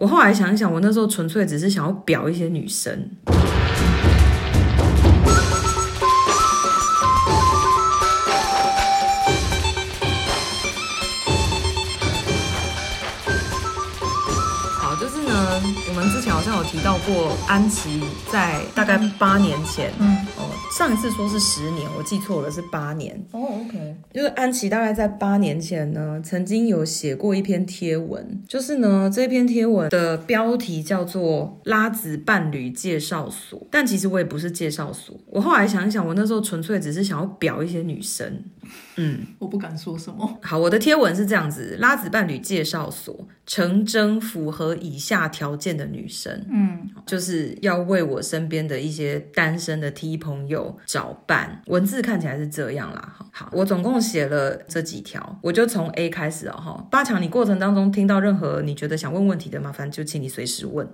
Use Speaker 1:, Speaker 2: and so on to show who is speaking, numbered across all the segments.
Speaker 1: 我后来想一想，我那时候纯粹只是想要表一些女生。好，就是呢，我们之前好像有提到过，安琪在大概八年前，
Speaker 2: 嗯，
Speaker 1: 哦，上一次说是十年，我记错了，是八年。
Speaker 2: 哦，OK，
Speaker 1: 就是安琪大概在八年前呢，曾经有写过一篇贴文，就是呢这篇贴文的标题叫做“拉子伴侣介绍所”，但其实我也不是介绍所。我后来想一想，我那时候纯粹只是想要表一些女生。嗯，
Speaker 2: 我不敢说什么。
Speaker 1: 好，我的贴文是这样子：拉子伴侣介绍所，成真符合以下条件的女生。
Speaker 2: 嗯，
Speaker 1: 就是要为我身边的一些单身的 T 朋友找伴。文字看起来是这样啦，哈。好，我总共写了这几条，我就从 A 开始哦，哈。八强，你过程当中听到任何你觉得想问问题的，麻烦就请你随时问。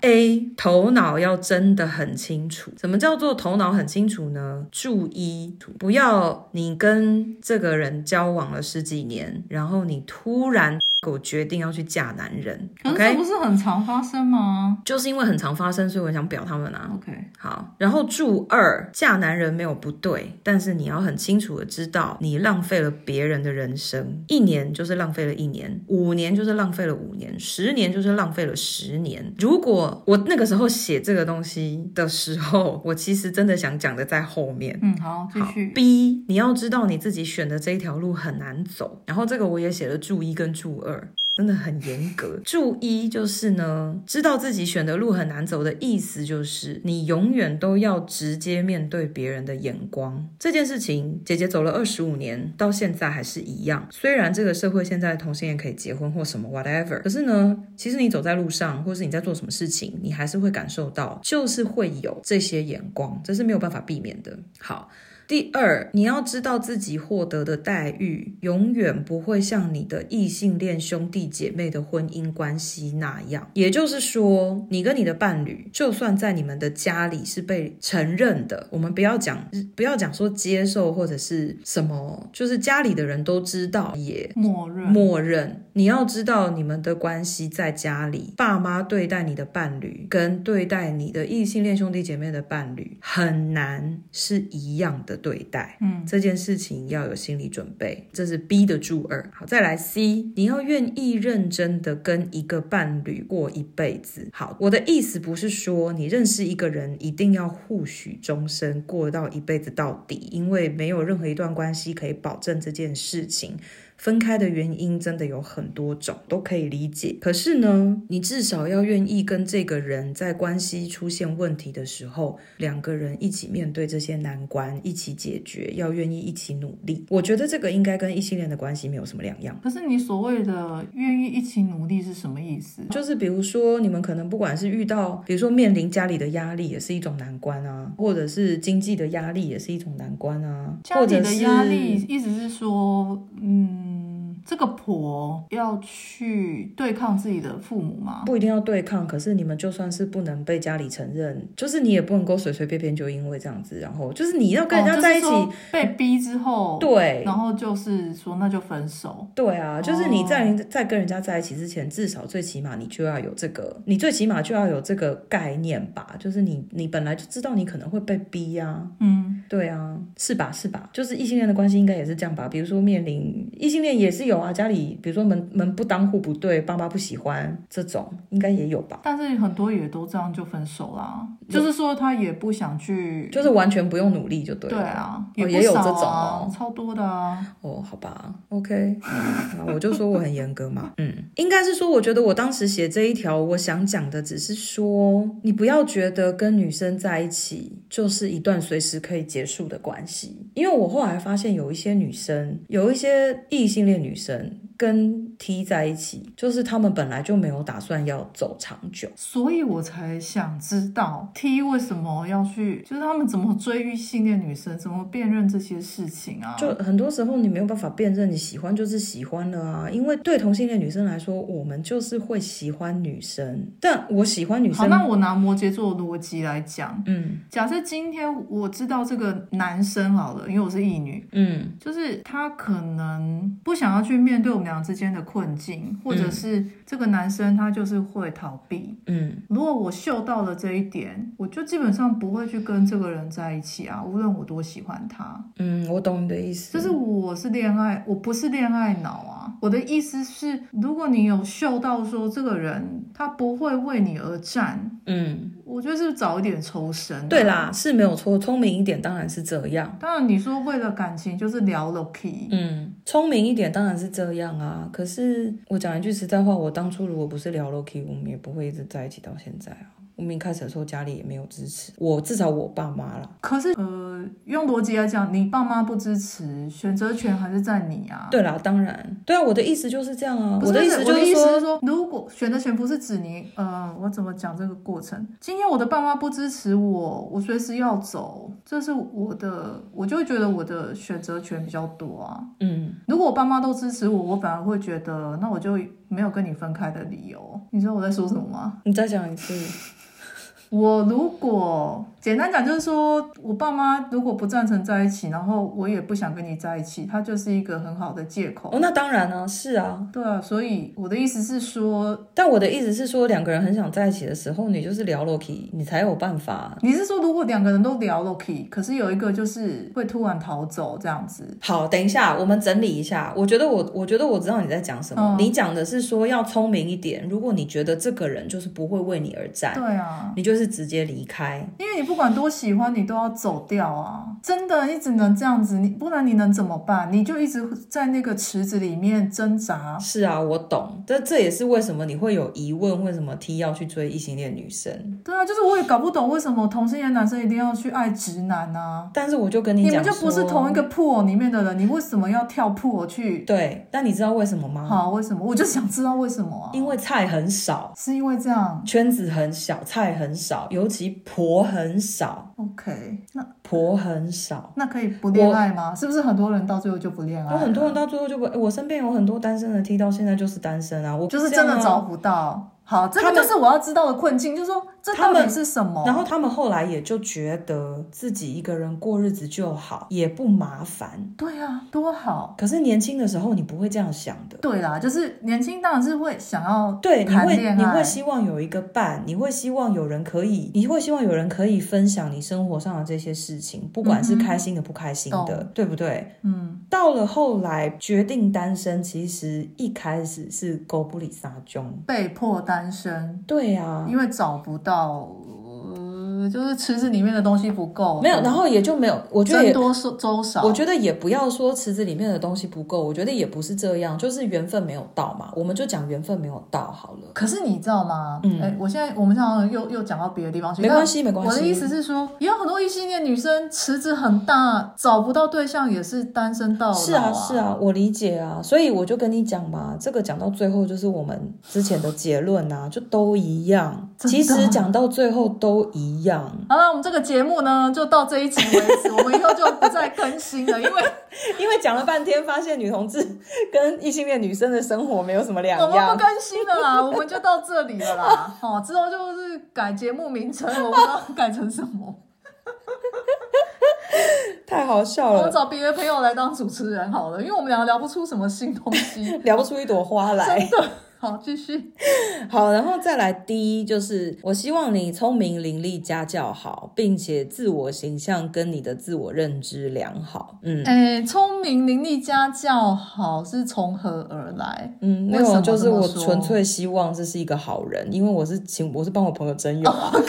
Speaker 1: A 头脑要真的很清楚，什么叫做头脑很清楚呢？注意，不要你跟这个人交往了十几年，然后你突然我决定要去嫁男人
Speaker 2: 可是这
Speaker 1: ，OK？
Speaker 2: 不是很常发生吗
Speaker 1: 就是因为很常发生，所以我很想表他们啊。
Speaker 2: ？OK，
Speaker 1: 好，然后注二，嫁男人没有不对，但是你要很清楚的知道，你浪费了别人的人生，一年就是浪费了一年，五年就是浪费了五年，十年就是浪费了十年。如果我那个时候写这个东西的时候，我其实真的想讲的在后面。
Speaker 2: 嗯，好，继
Speaker 1: 好
Speaker 2: 续。
Speaker 1: ，B，你要知道你自己选的这一条路很难走。然后这个我也写了注一跟注二。真的很严格。注一就是呢，知道自己选的路很难走的意思，就是你永远都要直接面对别人的眼光。这件事情，姐姐走了二十五年，到现在还是一样。虽然这个社会现在同性恋可以结婚或什么 whatever，可是呢，其实你走在路上，或是你在做什么事情，你还是会感受到，就是会有这些眼光，这是没有办法避免的。好，第二，你要知道自己获得的待遇永远不会像你的异性恋兄弟姐妹的婚姻关系那样。也就是说，你跟你的伴侣，就算在你们的家里是被承认的，我们不要讲不要讲说接受或者是什么，就是家里的人都知道，也
Speaker 2: 默认，
Speaker 1: 默认。你要知道，你们的关系在家里，爸妈对待你的伴侣，跟对待你的异性恋兄弟姐妹的伴侣，很难是一样的对待。
Speaker 2: 嗯
Speaker 1: 这件事情要有心理准备，这是 B 的注二。好，再来 C，你要愿意认真的跟一个伴侣过一辈子。好，我的意思不是说你认识一个人一定要互许终身，过到一辈子到底，因为没有任何一段关系可以保证这件事情。分开的原因真的有很多种，都可以理解。可是呢，你至少要愿意跟这个人在关系出现问题的时候，两个人一起面对这些难关，一起解决，要愿意一起努力。我觉得这个应该跟异性恋的关系没有什么两样。
Speaker 2: 可是你所谓的愿意一起努力是什么意思？
Speaker 1: 就是比如说，你们可能不管是遇到，比如说面临家里的压力，也是一种难关啊，或者是经济的压力，也是一种难关啊，
Speaker 2: 家
Speaker 1: 或
Speaker 2: 里
Speaker 1: 者
Speaker 2: 的
Speaker 1: 是
Speaker 2: 压力，意思是说，嗯，这个婆要去对抗自己的父母吗？
Speaker 1: 不一定要对抗，可是你们就算是不能被家里承认，就是你也不能够随随便便就因为这样子，然后就是你要跟人
Speaker 2: 哦
Speaker 1: 家在一起，
Speaker 2: 就是说哦被逼之后，
Speaker 1: 对
Speaker 2: 然后就是说那就分手。
Speaker 1: 对啊，就是你在人在跟人家在一起之前，至少最起码你就要有这个，你最起码就要有这个概念吧，就是你你本来就知道你可能会被逼呀、啊，
Speaker 2: 嗯，
Speaker 1: 对啊，是吧？是吧？就是异性恋的关系应该也是这样吧？比如说面临异性恋也是有啊，家里比如说门门不当户不对，爸妈不喜欢这种，应该也有吧？
Speaker 2: 但是很多也都这样就分手啦，就是说他也不想去，
Speaker 1: 就是完全不用努力就对了。
Speaker 2: 对啊，
Speaker 1: 哦
Speaker 2: 不
Speaker 1: 也有
Speaker 2: 少
Speaker 1: 这种
Speaker 2: 啊
Speaker 1: 哦
Speaker 2: 超多的啊。
Speaker 1: 哦，好吧，OK，啊我就说我很严格嘛，嗯，应该是说，我觉得我当时写这一条，我想讲的只是说，你不要觉得跟女生在一起就是一段随时可以结束的关系，因为我后来发现有一些女生，有一些异性恋女生跟 T 在一起，就是她们本来就没有打算要走长久，
Speaker 2: 所以我才想知道 T 为什么要去，就是他们怎么追异性恋女生，怎么辨认这些事情啊？
Speaker 1: 就很多时候你没有办法辨认，你喜欢就是喜欢了啊。因为对同性恋女生来说，我们就是会喜欢女生，但我喜欢女
Speaker 2: 好，
Speaker 1: 生，
Speaker 2: 那我拿摩羯座的逻辑来讲，
Speaker 1: 嗯
Speaker 2: 假设今天我知道这个男生好了，因为我是异女，
Speaker 1: 嗯
Speaker 2: 就是他可能不想要去面对我们俩之间的困境，或
Speaker 1: 嗯
Speaker 2: 者是这个男生他就是会逃避。
Speaker 1: 嗯
Speaker 2: 如果我嗅到了这一点，我就基本上不会去跟这个人在一起啊，无论我多喜欢他。
Speaker 1: 嗯，我懂你的意思，
Speaker 2: 就是我是恋爱，我不是恋爱脑啊。我的意思是，如果你有嗅到说这个人他不会为你而战，
Speaker 1: 嗯，
Speaker 2: 我觉得是早一点抽身、啊
Speaker 1: 对，啦，是没有错，聪明一点当然是这样。
Speaker 2: 当然你说为了感情就是聊了 key，
Speaker 1: 嗯，聪明一点当然是这样啊。可是我讲一句实在话，我当初如果不是聊 Loki，我们也不会一直在一起到现在啊。我们一开始的时候家里也没有支持我，至少我爸妈啦。
Speaker 2: 可是呃，用逻辑来讲，你爸妈不支持，选择权还是在你啊。
Speaker 1: 对啦，当然，对啊，我的意思就是这样啊。
Speaker 2: 不
Speaker 1: 我的
Speaker 2: 是
Speaker 1: 意
Speaker 2: 不
Speaker 1: 思
Speaker 2: 我
Speaker 1: 就
Speaker 2: 的
Speaker 1: 是
Speaker 2: 意思
Speaker 1: 说，
Speaker 2: 是说，如果选择权不是指你，呃，我怎么讲这个过程？今天我的爸妈不支持我，我随时要走，这是我的，我就会觉得我的选择权比较多啊。
Speaker 1: 嗯，
Speaker 2: 如果我爸妈都支持我，我反而会觉得，那我就没有跟你分开的理由。你知道我在说什么吗？
Speaker 1: 你再讲一次。
Speaker 2: 我如果简单讲，就是说我爸妈如果不赞成在一起，然后我也不想跟你在一起，它就是一个很好的借口。
Speaker 1: 哦，那当然啊，是啊。
Speaker 2: 对啊，所以我的意思是说，
Speaker 1: 但我的意思是说，两个人很想在一起的时候，你就是聊 Loki，你才有办法。
Speaker 2: 你是说如果两个人都聊 Loki，可是有一个就是会突然逃走这样子，
Speaker 1: 好，等一下，我们整理一下。我觉得我，我觉得我知道你在讲什么。
Speaker 2: 嗯
Speaker 1: 你讲的是说要聪明一点。如果你觉得这个人就是不会为你而战，
Speaker 2: 对啊，
Speaker 1: 你就是直接离开。
Speaker 2: 因为你不管多喜欢，你都要走掉啊，真的，你只能这样子，你不然你能怎么办？你就一直在那个池子里面挣扎，
Speaker 1: 是啊，我懂。这这也是为什么你会有疑问，为什么 T 要去追异性恋女生？
Speaker 2: 对啊，就是我也搞不懂为什么同性恋男生一定要去爱直男啊。
Speaker 1: 但是我就跟你
Speaker 2: 你
Speaker 1: 讲，
Speaker 2: 们就不是同一。个破里面的人，你为什么要跳破去？
Speaker 1: 对，但你知道为什么吗？
Speaker 2: 好，为什么？我就想知道为什么啊？
Speaker 1: 因为菜很少，
Speaker 2: 是因为这样
Speaker 1: 圈子很小，菜很少，尤其婆很少，
Speaker 2: ？OK，那
Speaker 1: 婆很少。
Speaker 2: 那可以不恋爱吗？是不是很多人到最后就不恋爱
Speaker 1: 有
Speaker 2: 了？
Speaker 1: 很多人到最后就不，我身边有很多单身的 T 到现在就是单身啊，我
Speaker 2: 就是
Speaker 1: 这样
Speaker 2: 真
Speaker 1: 啊
Speaker 2: 的找。不到。好，这
Speaker 1: 他
Speaker 2: 个
Speaker 1: 们
Speaker 2: 就是我要知道的困境，就是说这到
Speaker 1: 他
Speaker 2: 底
Speaker 1: 们
Speaker 2: 是什么？
Speaker 1: 然后他们后来也就觉得自己一个人过日子就好，也不麻烦。
Speaker 2: 对啊，多好。
Speaker 1: 可是年轻的时候你不会这样想的，
Speaker 2: 对啦，就是年轻当然是会想要
Speaker 1: 对，你
Speaker 2: 谈
Speaker 1: 会
Speaker 2: 恋
Speaker 1: 你
Speaker 2: 爱
Speaker 1: 会希望有一个伴，你会希望有人可以，你会希望有人可以分享你生活上的这些事情，不管是
Speaker 2: 嗯哼
Speaker 1: 开心的不开心的，
Speaker 2: 懂
Speaker 1: 对不对？
Speaker 2: 嗯，
Speaker 1: 到了后来决定单身，其实一开始是狗不理撒中。
Speaker 2: 被迫单身，
Speaker 1: 对啊，
Speaker 2: 因为找不到，呃、就是池子里面的东西不够，
Speaker 1: 没有，然后也就没有，我觉得也
Speaker 2: 僧多粥粥哦少。
Speaker 1: 我觉得也不要说池子里面的东西不够，我觉得也不是这样，就是缘分没有到嘛，我们就讲缘分没有到好了，
Speaker 2: 可是你知道吗？
Speaker 1: 嗯
Speaker 2: 哎、我现在我们现在又又讲到别的地方去，
Speaker 1: 没关系，没
Speaker 2: 但
Speaker 1: 关
Speaker 2: 我
Speaker 1: 系。
Speaker 2: 的意思是说，也有很多异性恋女生池子很大，找不到对象也是单身到老、
Speaker 1: 是
Speaker 2: 啊，
Speaker 1: 啊，是，啊，我理解啊，所以我就跟你讲嘛，这个讲到最后就是我们之前的结论啊，就都一样，
Speaker 2: 真的
Speaker 1: 其实讲到最后都一样，
Speaker 2: 好了，我们这个节目呢就到这一集为止，我们以后就不再更新了，因为
Speaker 1: 因为讲了半天，发现女同志跟异性恋女生的生活没有什么 两
Speaker 2: 我们不
Speaker 1: 样。
Speaker 2: 更新了啦，我们就到这里了啦。哦，之后就是改节目名称，我不知道改成什么，
Speaker 1: 太 好笑
Speaker 2: 我们
Speaker 1: 了，
Speaker 2: 找别的朋友来当主持人好了，因为我们两个聊不出什么新东西。
Speaker 1: 聊不出一朵花来。
Speaker 2: 好，继续。
Speaker 1: 好，然后再来第一就是，我希望你聪明伶俐、家教好，并且自我形象跟你的自我认知良好。嗯
Speaker 2: 哎、聪明伶俐家教好是从何而来？
Speaker 1: 嗯，没
Speaker 2: 为什
Speaker 1: 有，
Speaker 2: 么
Speaker 1: 就是
Speaker 2: 这么
Speaker 1: 我
Speaker 2: 说
Speaker 1: 纯粹希望这是一个好人，因为我是请我是帮我朋友征友
Speaker 2: 哦
Speaker 1: 啊。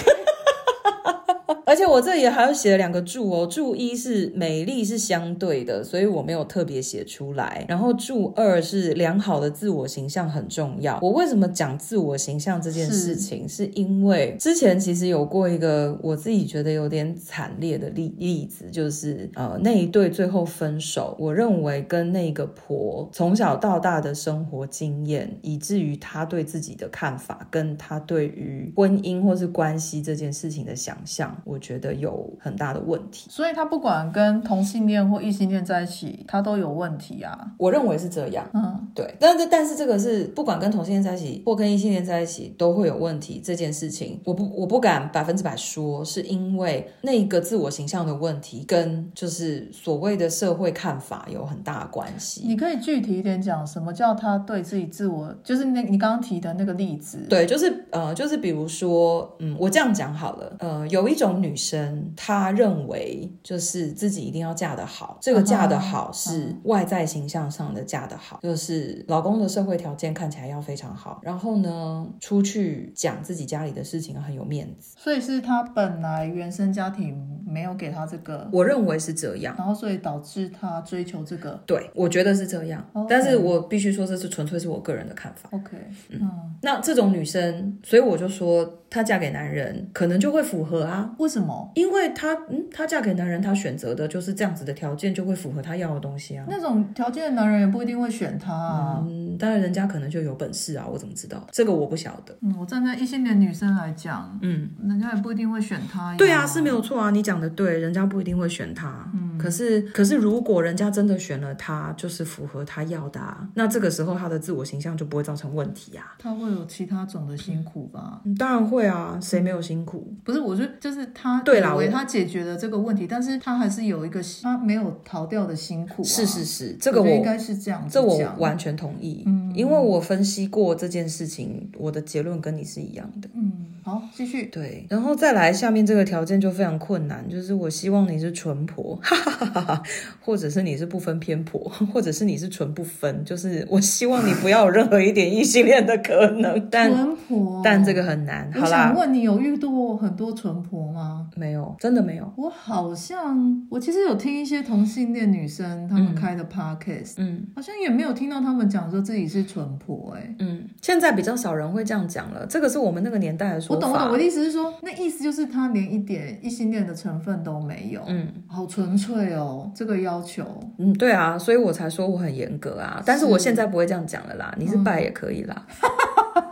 Speaker 1: 而且我这里还有写了两个注哦，注一是美丽是相对的，所以我没有特别写出来。然后注二是良好的自我形象很重要。我为什么讲自我形象这件事情，是因为之前其实有过一个我自己觉得有点惨烈的例例子，就是呃那一对最后分手，我认为跟那个婆从小到大的生活经验，以至于她对自己的看法，跟她对于婚姻或是关系这件事情的想象，我觉得有很大的问题。
Speaker 2: 所以他不管跟同性恋或异性恋在一起，他都有问题啊。
Speaker 1: 我认为是这样，
Speaker 2: 嗯，
Speaker 1: 对。但是但是这个是不管跟同性恋在一起或跟异性恋在一起都会有问题这件事情，我不我不敢百分之百说，是因为那个自我形象的问题跟就是所谓的社会看法有很大的关系。
Speaker 2: 你可以具体一点讲，什么叫他对自己自我，就是那你刚刚提的那个例子。
Speaker 1: 对，就是呃，就是比如说，嗯，我这样讲好了，呃，有一种女生，她认为就是自己一定要嫁得好，这个嫁得好是外在形象上的嫁得好，就是老公的社会条件看起来要非常好，然后呢，出去讲自己家里的事情要很有面子，
Speaker 2: 所以是他本来原生家庭没有给他这个，
Speaker 1: 我认为是这样。
Speaker 2: 然后所以导致他追求这个。
Speaker 1: 对，我觉得是这样
Speaker 2: OK
Speaker 1: 但是我必须说这是纯粹是我个人的看法。
Speaker 2: OK，嗯，
Speaker 1: 那这种女生，所以我就说她嫁给男人可能就会符合啊，
Speaker 2: 为什么？
Speaker 1: 因为她，嗯，她嫁给男人，她选择的就是这样子的条件，就会符合她要的东西啊。
Speaker 2: 那种条件的男人也不一定会选他啊。
Speaker 1: 嗯，当然人家可能就有本事啊，我怎么知道？这个我不晓得。
Speaker 2: 嗯，我站在异性恋女生来讲，
Speaker 1: 嗯，
Speaker 2: 人家也不一定会选他哎呀。
Speaker 1: 对啊，是没有错啊，你讲的对，人家不一定会选她。嗯，可是可是如果人家真的选了她，就是符合她要的啊，那这个时候她的自我形象就不会造成问题啊。
Speaker 2: 他会有其他种的辛苦吧？
Speaker 1: 嗯当然会啊，谁没有辛苦？
Speaker 2: 不是，我就就是他
Speaker 1: 对啦
Speaker 2: 以为
Speaker 1: 我
Speaker 2: 他解决了这个问题，但是他还是有一个他没有逃掉的辛苦、啊。
Speaker 1: 是是，是，这个
Speaker 2: 我觉得
Speaker 1: 我
Speaker 2: 应该是这样子
Speaker 1: 这我
Speaker 2: 讲
Speaker 1: 完全同意，嗯，因为我分析过这件事情，我的结论跟你是一样的。
Speaker 2: 嗯，好，继续。
Speaker 1: 对，然后再来下面这个条件就非常困难，就是我希望你是纯婆，哈哈哈哈哈，或者是你是不分偏颇，或者是你是纯不分，就是我希望你不要有任何一点异性恋的可能，但
Speaker 2: 淳朴，
Speaker 1: 但这个很难。
Speaker 2: 我
Speaker 1: 好
Speaker 2: 想
Speaker 1: 啦，
Speaker 2: 问你，有遇到过很多淳朴吗？
Speaker 1: 没有，真的没有。
Speaker 2: 我好像，我其实有听一些同性恋女生她们开的 podcast，、
Speaker 1: 嗯
Speaker 2: 好像也没有听到她们讲说自己是淳朴、哎，
Speaker 1: 嗯，现在比较少人会这样讲了，这个是我们那个年代的说
Speaker 2: 我
Speaker 1: 法。
Speaker 2: 懂，我懂。我的意思是说，那意思就是她连一点异性恋的成分都没有，
Speaker 1: 嗯
Speaker 2: 好纯粹哦，这个要求。
Speaker 1: 嗯，对啊，所以我才说我很严格啊，但是我嗯现在不会这样讲了啦，你是拜也可以啦，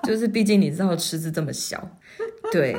Speaker 1: 就是毕竟你知道池子这么小，对。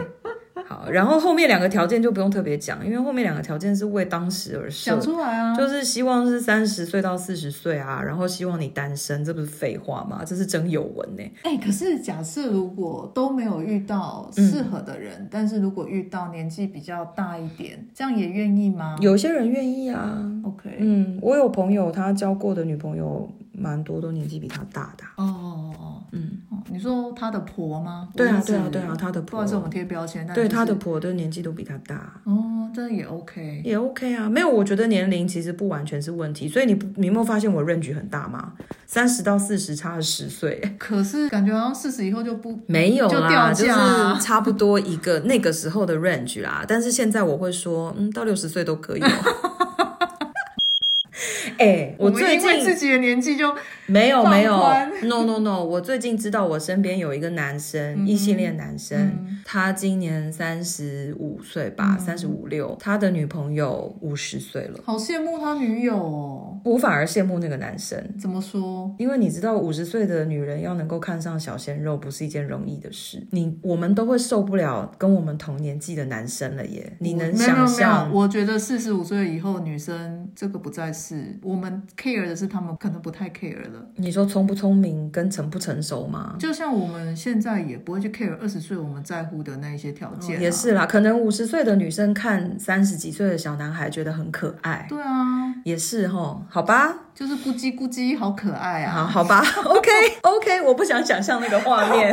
Speaker 1: 好，然后后面两个条件就不用特别讲，因为后面两个条件是为当时而设
Speaker 2: 讲，出来啊，
Speaker 1: 就是希望是三十岁到四十岁啊，然后希望你单身，这不是废话吗？这是真有文呢、
Speaker 2: 哎、可是假设如果都没有遇到
Speaker 1: 嗯
Speaker 2: 适合的人，但是如果遇到年纪比较大一点，这样也愿意吗
Speaker 1: 有些人愿意啊，
Speaker 2: ？OK，
Speaker 1: 嗯，我有朋友他交过的女朋友蛮多都年纪比他大的啊、
Speaker 2: 哦哦哦，
Speaker 1: 嗯，
Speaker 2: 哦你说她的婆吗？
Speaker 1: 对
Speaker 2: 我
Speaker 1: 啊
Speaker 2: 一，直
Speaker 1: 对啊，对啊，，他的
Speaker 2: 不
Speaker 1: 婆
Speaker 2: 好意思，我们贴标签，但
Speaker 1: 对
Speaker 2: 就是
Speaker 1: 她的婆的年纪都比她大，
Speaker 2: 哦，这也 OK，
Speaker 1: 也 OK 啊。没有，我觉得年龄其实不完全是问题，所以你不，你有没有发现我 range 很大吗？三十到四十差了十岁，
Speaker 2: 可是感觉好像四十以后就不
Speaker 1: 没有
Speaker 2: 就
Speaker 1: 啦，
Speaker 2: 掉
Speaker 1: 就是
Speaker 2: 价啊
Speaker 1: 差不多一个那个时候的 range 啦。但是现在我会说，嗯，到六十岁都可以、哦。 哎、我
Speaker 2: 们
Speaker 1: 最
Speaker 2: 因为
Speaker 1: 近
Speaker 2: 自己的年纪就
Speaker 1: 没有
Speaker 2: 放
Speaker 1: 没有
Speaker 2: 宽嗯
Speaker 1: ，no no no，我最近知道我身边有一个男生，异性恋男生，他今年三十五岁
Speaker 2: 嗯
Speaker 1: 吧，三十五六，他的女朋友五十岁了。
Speaker 2: 好羡慕他女友哦。
Speaker 1: 我反而羡慕那个男生，
Speaker 2: 怎么说？
Speaker 1: 因为你知道，五十岁的女人要能够看上小鲜肉，不是一件容易的事。你我们都会受不了跟我们同年纪的男生了耶，你能
Speaker 2: 我没有没
Speaker 1: 想
Speaker 2: 有没有
Speaker 1: 象？
Speaker 2: 我觉得四十五岁以后女生这个不再是我们 care 的是他们可能不太 care 了。
Speaker 1: 你说聪不聪明跟成不成熟吗？
Speaker 2: 就像我们现在也不会去 care 二十岁我们在乎的那一些条件、啊
Speaker 1: 哦也。是啦，可能五十岁的女生看三十几岁的小男孩觉得很可爱，
Speaker 2: 对啊，
Speaker 1: 也是吼，好吧，
Speaker 2: 就是咕叽咕叽，好可爱
Speaker 1: 哎
Speaker 2: 啊！
Speaker 1: 好好吧 ，OK OK，我不想想象那个画 面。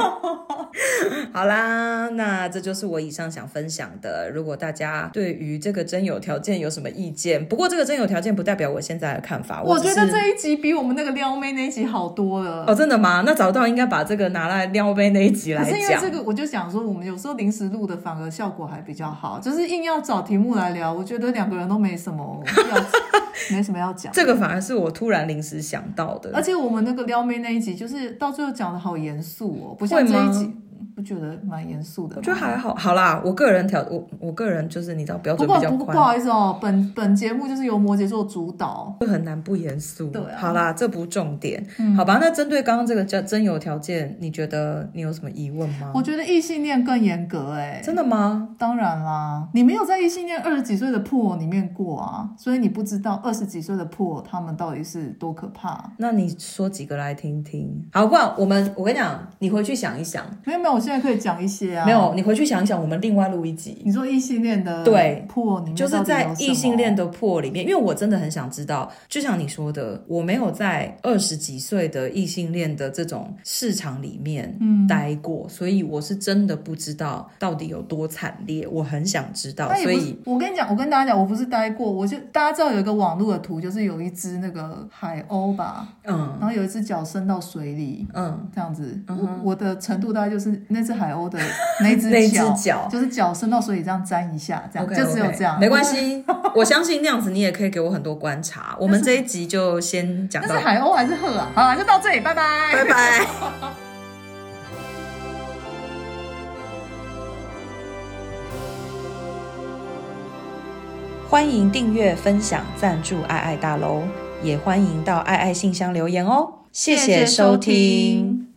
Speaker 1: 好啦，那这就是我以上想分享的。如果大家对于这个真有条件有什么意见，不过这个真有条件不代啊表我现在的看法，
Speaker 2: 我
Speaker 1: 只
Speaker 2: 觉
Speaker 1: 是
Speaker 2: 得这一集比我们那个撩妹那一集好多了。
Speaker 1: 哦，真的吗？那早到应该把这个拿来撩妹那一集来
Speaker 2: 可是因为
Speaker 1: 讲。
Speaker 2: 这个，我就想说，我们有时候临时录的反而效果还比较好，就是硬要找题目来聊，我觉得两个人都没什么要， 没什么要讲。
Speaker 1: 这个反而是我突然临时想到的，
Speaker 2: 而且我们那个撩妹那一集，就是到最后讲的好严肃哦，不像这一集。不觉得蛮严肃的
Speaker 1: 我
Speaker 2: 吗？
Speaker 1: 觉得还好，好啦，我个人调我我个人就是你知道标
Speaker 2: 不
Speaker 1: 准
Speaker 2: 过
Speaker 1: 比较
Speaker 2: 不过不
Speaker 1: 宽，
Speaker 2: 好意思哦，本本节目就是由摩羯座主导。
Speaker 1: 就很难不严肃。
Speaker 2: 对啊
Speaker 1: 好啦，这不重点，
Speaker 2: 嗯
Speaker 1: 好吧？那针对刚刚这个叫真有条件，你觉得你有什么疑问吗？
Speaker 2: 我觉得异性恋更严格哎、
Speaker 1: 真的吗？
Speaker 2: 当然啦，你没有在异性恋二十几岁的破里面过啊，所以你不知道二十几岁的破他们到底是多可怕。
Speaker 1: 那你说几个来听听？好，不然我们我跟你讲，你回去想一想，
Speaker 2: 没有没有，我现在可以讲一些啊。
Speaker 1: 没，有，你回去想一想，我们另外录一集。
Speaker 2: 你说异性恋的
Speaker 1: 对
Speaker 2: 破里面
Speaker 1: 就是
Speaker 2: 嗯到底
Speaker 1: 在
Speaker 2: 有
Speaker 1: 异性
Speaker 2: 什
Speaker 1: 恋
Speaker 2: 么
Speaker 1: 的破里面，因为我真的很想知道，就像你说的，我没有在二十几岁的异性恋的这种市场里面
Speaker 2: 嗯
Speaker 1: 待过，所以我是真的不知道到底有多惨烈，我很想知道，
Speaker 2: 那也
Speaker 1: 所
Speaker 2: 不
Speaker 1: 以
Speaker 2: 是，我跟你讲，我跟大家讲，我不是待过，我就大家知道有一个网络的图，就是有一只那个海鸥吧，
Speaker 1: 嗯
Speaker 2: 然后有一只脚伸到水里，
Speaker 1: 嗯，
Speaker 2: 这样子。
Speaker 1: 嗯
Speaker 2: 我我的程度大概就是那只海 鸥的那只
Speaker 1: 那一只
Speaker 2: 脚，
Speaker 1: 脚
Speaker 2: 就是脚伸到水里这样沾一下，这样
Speaker 1: OK，
Speaker 2: 就只有这样，
Speaker 1: 没关。系， 我相信那样子你也可以给我很多观察。我们这一集就先讲
Speaker 2: 那
Speaker 1: 到
Speaker 2: 是，海鸥还是鹤啊？好啦，就到这里，拜拜。
Speaker 1: 拜拜。 欢迎订阅、分享、赞助爱爱大楼，也欢迎到爱爱信箱留言哦。谢
Speaker 2: 谢谢
Speaker 1: 谢收
Speaker 2: 收听
Speaker 1: 听。